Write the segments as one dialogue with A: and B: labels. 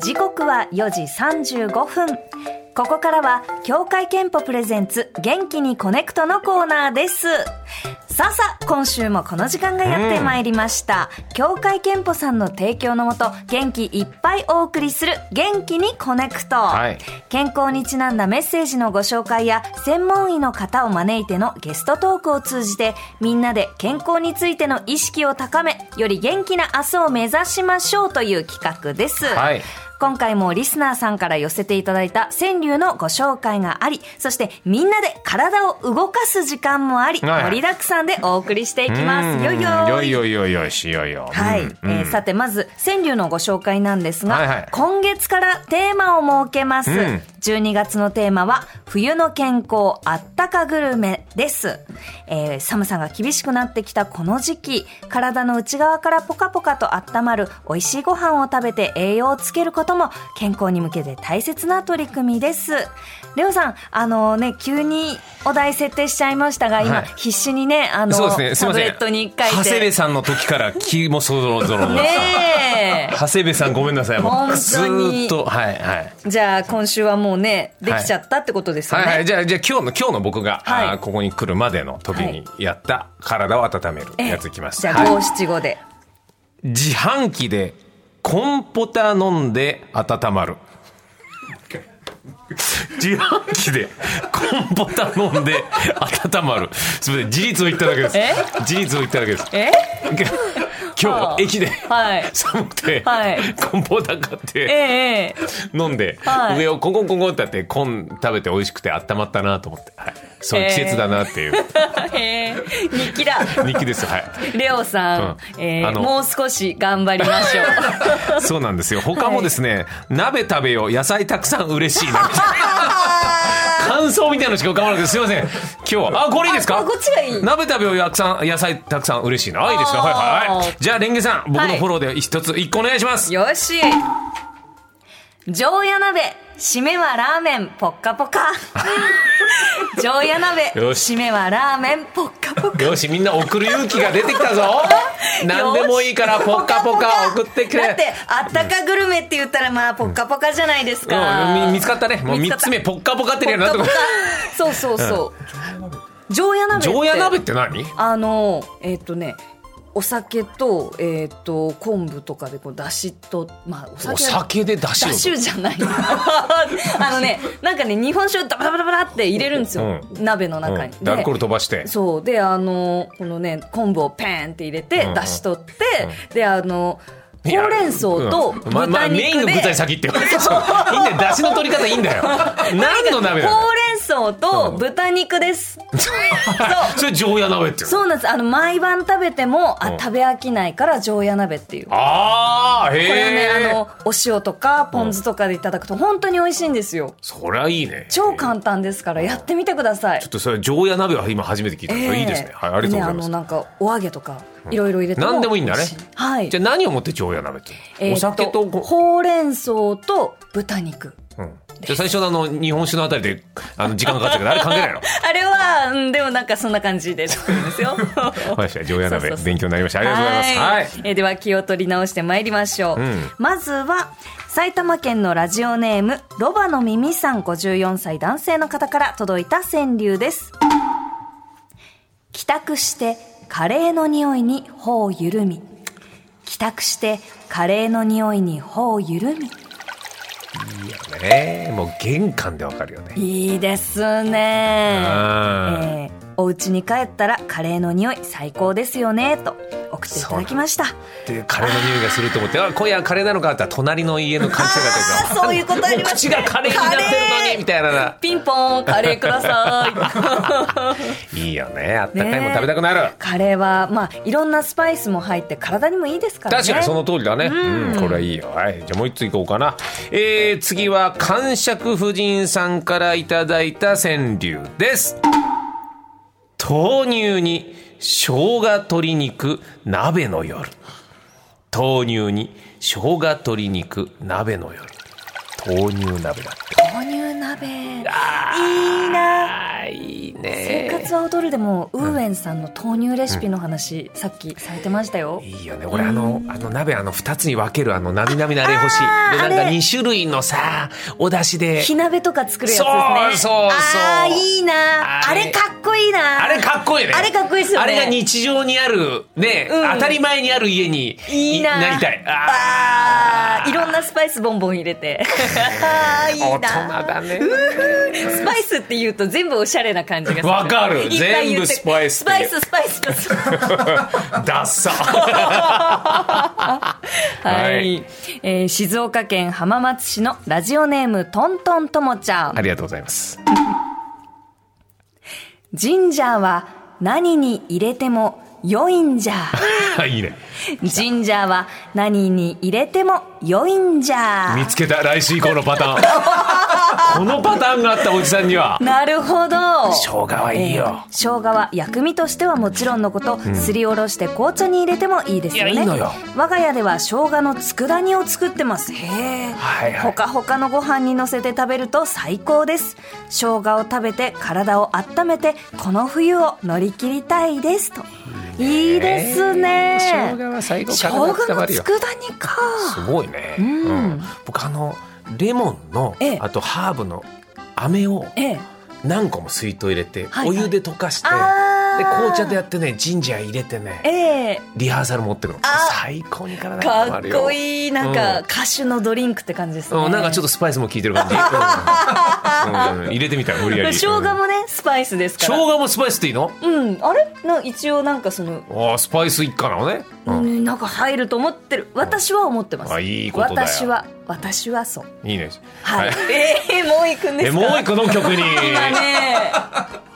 A: 時刻は4時35分ここからは協会憲法プレゼンツ元気にコネクトのコーナーですさあさあ今週もこの時間がやってまいりました、協会憲法さんの提供のもと元気いっぱいお送りする元気にコネクト、
B: はい
A: 健康にちなんだメッセージのご紹介や専門医の方を招いてのゲストトークを通じてみんなで健康についての意識を高めより元気な明日を目指しましょうという企画です、
B: はい
A: 今回もリスナーさんから寄せていただいた川柳のご紹介がありそしてみんなで体を動かす時間もあり
B: はい
A: 盛りだくさんでお送りしていきますよいよー
B: よいよいよいよしよいよ。
A: はい、
B: うん
A: えーさてまず川柳のご紹介なんですが、
B: はいはい
A: 今月からテーマを設けます、
B: うん
A: 12月のテーマは「冬の健康あったかグルメ」です、えー寒さが厳しくなってきたこの時期体の内側からポカポカと温まる美味しいご飯を食べて栄養をつけることも健康に向けて大切な取り組みですレオさんあのね急にお題設定しちゃいましたが今、
B: はい
A: 必死にねあの
C: そうですね、すい
A: タ
C: ま
A: ブ
C: せ
A: レ
C: ん。
A: ットに書いて
C: 長谷部さんの時から気もそろそろ。
A: ねえ
C: 長谷部さんごめんなさい、も
A: 本当
C: う。
A: に
C: ずーっと、はい、はい。
A: じゃあ今週はもうねできちゃったってことですよ
C: は
A: ね、
C: いはい、じゃあ、じゃあ今日の、今日の僕が、
A: はい
C: あーここに来るまでの時にやった体を温める
A: ええ
C: やついきます。
A: じゃ
C: は
A: あ
C: い
A: 五七五で、
C: 自販機でコンポタ飲んで温まる。自販機でコンポタ飲んで温まる。すみません、事実を言っただけです
A: え。
C: 事実を言っただけです。
A: えは
C: 今
A: あ
C: 日、駅で。
A: はい
C: 寒くて、
A: はい
C: コンポータ買っ
A: え
C: て
A: ええ
C: 飲んで、
A: はい
C: 上をコンコンコンコンってやってコン食べて美味しくて温まったなと思って、はい、そういう季節だなっていう
A: え ええ日記だ
C: 日記ですよはい
A: レオさん、
C: うん
A: ええ
C: あの
A: もう少し頑張りましょう
C: そうなんですよ他もですね、鍋食べよ野菜たくさん嬉し いな感想みたいなのしか浮かばなくてすいません今日はあこれいいですか
A: あこっちがいい
C: 鍋食べよやくさん野菜たくさん嬉しいなあいいですねはいはいは
A: あ
C: いじゃあレンゲさん僕
A: は
C: の
A: い
C: フォローで一つ一個お願いします
A: よし常夜鍋締めはラーメンポッカポ カ常夜鍋
C: よし
A: 締めはラーメンポッカポカ
C: よしみんな送る勇気が出てき たぞ何でもいいからポッカポカ送ってくれ
A: だってあったかグルメって言ったらまあポッカポカじゃないですか、
C: うんみ見つかったねもう
A: 見つか
C: 3
A: った
C: つ目ポッカポカってるや
A: ポ
C: な
A: ッ
C: ん
A: カ
C: と
A: ポ
C: か
A: カ そうそうそう常夜鍋って
C: 常夜鍋って何
A: あのえっ、とねお酒と,、えっと昆布とかでこうだしと、まあ、お酒
C: お酒で出汁
A: だ
C: を
A: しゅじゃない あのねなんかね日本酒をダバダバダバダって入れるんですよ、鍋の中に、
C: うんアルコール飛ばして
A: そうであのこのね昆布をペーンって入れて、
C: うん
A: 出し取って、であのほうれん草と
C: うんまあま
A: 豚
C: あメイン
A: 肉
C: の
A: で、
C: 具材先って言われてそういいんだよ出汁の取り方いいん だよ何の鍋だよ
A: ほうれん草と豚肉 です、そう
C: それ常夜鍋っていうの
A: そうなんですあの毎晩食べても
C: う
A: あ
C: ん
A: 食べ飽きないから常夜鍋っていうこ
C: ああへえ
A: れをねあのお塩とかポン酢とかでいただくと本当に美味しいんですよ
C: そりゃいいね
A: 超簡単ですからやってみてください
C: ちょっとそれ常夜鍋は今初めて聞いたそれいいですねはいありがとうございま
A: ねあの
C: す
A: なんかお揚げとかいろいろ入れても
C: 何でもいいんだね
A: 美味しはい
C: じゃあ何を持って常夜鍋って
A: えー
C: お
A: と
C: 酒とご
A: ほうれん草と豚肉
C: うんじゃあ最初のあの日本酒のあたりであの時間かかってたけどあれ関係 ないの
A: あれは、うん、でもなんかそんな感じでそうなんです よ
C: わかりました常夜
A: そう
C: 鍋
A: そうそう
C: 勉強になりましたありがとうございますはい
A: えーでは気を取り直してまいりましょう、
C: ん
A: まずは埼玉県のラジオネームロバの耳さん54歳男性の方から届いた川柳です帰宅してカレーの匂いに頬を緩み帰宅してカレーの匂いに頬を緩み
C: ねえもう玄関でわかるよね
A: いいですね
C: うん
A: えーお家に帰ったらカレーの匂い最高ですよねと送っていただきました
C: でカレーの匂いがすると思ってあ今夜カレーなのかって言ったら隣の家の感じ
A: あ
C: が
A: ーそういうことあります
C: 口がカレーになってるのにみたいなな
A: ピンポンカレーください
C: いいよねあったかいもん食べたくなる
A: カレーはまあいろんなスパイスも入って体にもいいですからね
C: 確かにその通りだね。うん、これはいいよ。はい。じゃあもう一ついこうかな。えー、次は、感触婦人さんからいただいた川柳です。豆乳に生姜鶏肉鍋の夜。豆乳に生姜鶏肉鍋の夜。豆乳鍋だって。
A: 豆乳鍋いいな
C: あーいい
A: 生
C: ね
A: 活は踊るでも、ウーエンさんの豆乳レシピの話、さっきされてましたよ。
C: いいよね俺あのあの鍋あの2つに分けるあのなみなみのあれ欲しいで
A: あー
C: なん
A: あ
C: か
A: れ
C: 2種類のさお出汁で
A: 火鍋とか作るやつですね。
C: そうそうそう
A: ああ、いいなあ。
C: あれ
A: れかっこいいな。
C: あれかっこいいよね
A: あれかっこいいっすよね
C: あれが日常にあるね、
A: うん
C: 当たり前にある家に
A: いいな。
C: りたい
A: あ
C: あ
A: ーいろんなスパイスボンボン入れ て。あーいい
C: 大人
A: な。
C: だ
A: ス
C: ね
A: パイスって言うと全部おしゃれな感じがする。
C: わかる
A: いっぱい言って
C: 全部スパイス
A: スパイス、スパイス。スパイス
C: ダ ッサ
A: は
C: はい
A: い、えー静岡県浜松市のラジオネームトントンともちゃん、
C: ありがとうございます
A: ジンジャーは何に入れても良いんじ ゃ
C: いいね
A: ジンジャーは何に入れても良いんじ
C: 見
A: ゃ
C: つけた来週以降の パターンこのパターンがあったおじさんには
A: なるほど
C: 生姜はいいよ、
A: 生姜は薬味としてはもちろんのこと、すりおろして紅茶に入れてもいいですよね
C: いやいいのよ
A: 我が家では生姜の佃煮を作ってますへえ、
C: はいはい
A: ほかほかのご飯にのせて食べると最高です生姜を食べて体を温めてこの冬を乗り切りたいですといいですね
C: 生姜は最高
A: 生
C: 体
A: 姜の
C: 温まるよ
A: 佃煮か
C: すごいね、
A: うん
C: 僕あのレモンの
A: ええ
C: あとハーブの飴を
A: ええ
C: 何個も水筒入れて、
A: はいはい
C: お湯で溶かしてで
A: あー
C: 紅茶でやってねジンジャー入れて
A: え
C: ね
A: え
C: リハーサル持ってくの
A: あ
C: 最高に体が
A: かっ
C: 温まるよ
A: こいいなんか、
C: うん
A: 歌手のドリンクって感じですね、
C: うん、なんかちょっとスパイスも効いてる感じ、うんうん入れてみた無理や り
A: 生姜
C: うん
A: もねスパイスですか
C: 生
A: ら
C: 姜もスパイスっていいの
A: うんあれな一応なんかその、
C: あースパイス一家なのね、う
A: うんん、なんか入ると思ってる私は思ってます
C: あいいことだよ
A: 私は私はそう
C: いいね
A: はい、えー、もう行くんで
C: え
A: すか
C: もう一個の曲 に、
A: 今ね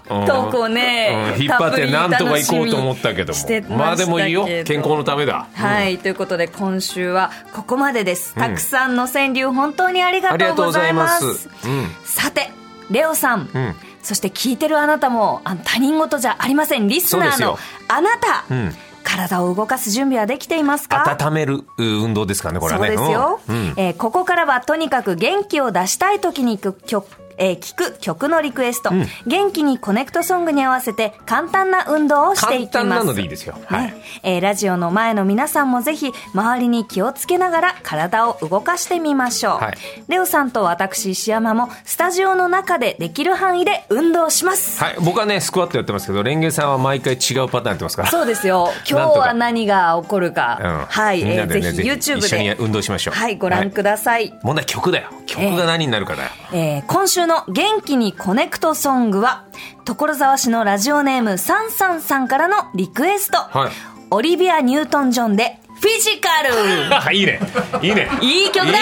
C: うん
A: 投稿ね、
C: うん引っ張ってなんとか行こうと思ったけど
A: たっぷり楽しみにしてましたけ
C: も
A: ど
C: まあでもいいよ健康のためだ、
A: はい、ということで今週はここまでですたくさんの川柳本当にありがとうございます,、
C: うん
A: さてレオさん、
C: うん
A: そして聞いてるあなたもあの他人事じゃありませんリスナー
C: そう
A: の
C: です
A: あなた、
C: うん
A: 体を動かす準備はできていますか
C: 温めるう運動ですかねこれは
A: そ
C: ね
A: うですよ、
C: うんうん
A: えーここからはとにかく元気を出したい時に曲曲えー聞く曲のリクエスト、元気にコネクトソングに合わせて簡単な運動をしていきます
C: 簡単なのでいいですよはい
A: ねえーラジオの前の皆さんもぜひ周りに気をつけながら体を動かしてみましょう、
C: はい
A: レオさんと私石山もスタジオの中でできる範囲で運動します、
C: はい、僕はねスクワットやってますけどレンゲさんは毎回違うパターンやってますから
A: そうです よ今日は何が起こるか
C: うん
A: はい、
C: みん
A: え
C: な
A: ー
C: で
A: ぜ
C: ね、
A: ひ YouTube で
C: 一緒に運動しましょう
A: はいご覧
C: だ
A: ください
C: さい問題は曲だよ曲が何になるかだよ、
A: えー今週の元気にコネクトソングは、所沢市のラジオネームサンサンさんからのリクエスト。
C: はい
A: オリビア・ニュートン・ジョンで、フィジカル
C: いいねいいね
A: いい曲だ
C: いいね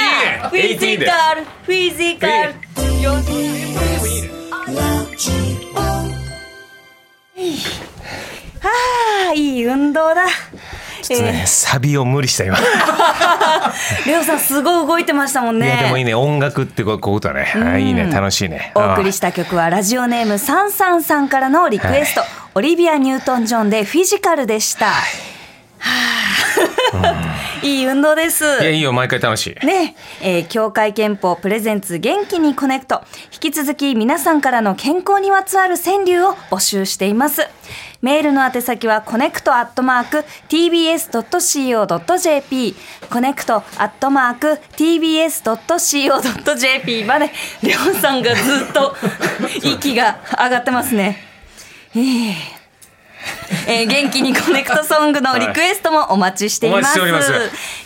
A: フィジカルフィジカルああ、いい運動だ。えー、
C: サビを無理した今、
A: レオさんすごい動いてましたもんね。
C: いやでもいいね音楽ってこうこういうことだね、あいいね楽しいね
A: お送りした曲はラジオネームサンサンさんからのリクエスト、オリビア・ニュートン・ジョンでフィジカルでした。はあ、 いい運動です。
C: うんいやいいよ毎回楽しい
A: ねえー協会憲法プレゼンツ元気にコネクト引き続き皆さんからの健康にまつわる川柳を募集していますメールの宛先はコネクトアットマーク tbs.co.jp コネクトアットマーク tbs.co.jp までりょうさんがずっと息が上がってますねえーえー元気にコネクトソングのリクエストもお待ちしていま
C: お待ちしております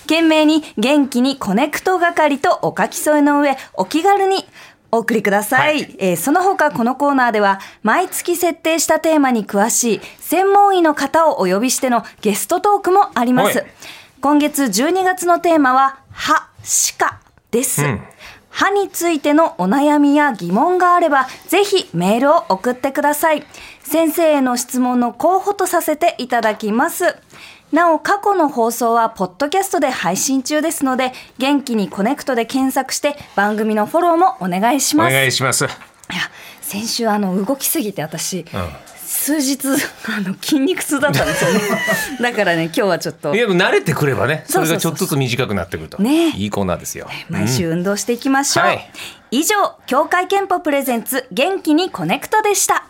A: 懸命に元気にコネクト係とお書き添えの上、お気軽にお送りください。
C: はい
A: えーその他このコーナーでは、毎月設定したテーマに詳しい専門医の方をお呼びしてのゲストトークもあります。
C: はい
A: 今月12月のテーマは、歯、歯科です。
C: うん
A: 歯についてのお悩みや疑問があれば、ぜひメールを送ってください。先生への質問の候補とさせていただきます。なお、過去の放送は、ポッドキャストで配信中ですので、元気にコネクトで検索して、番組のフォローもお願いし
C: お
A: ます。
C: 願いします
A: いや先週あの動きすぎて私、
C: ん
A: 数日あの筋肉痛だったんです よねだからね今日はちょっと
C: いやでも慣れてくればねそれがちょっとずつ短くなってくると
A: ね
C: いいコーナーですよ
A: 毎週運動していきましょう、
C: はい
A: 以上、協会憲法プレゼンツ元気にコネクトでした。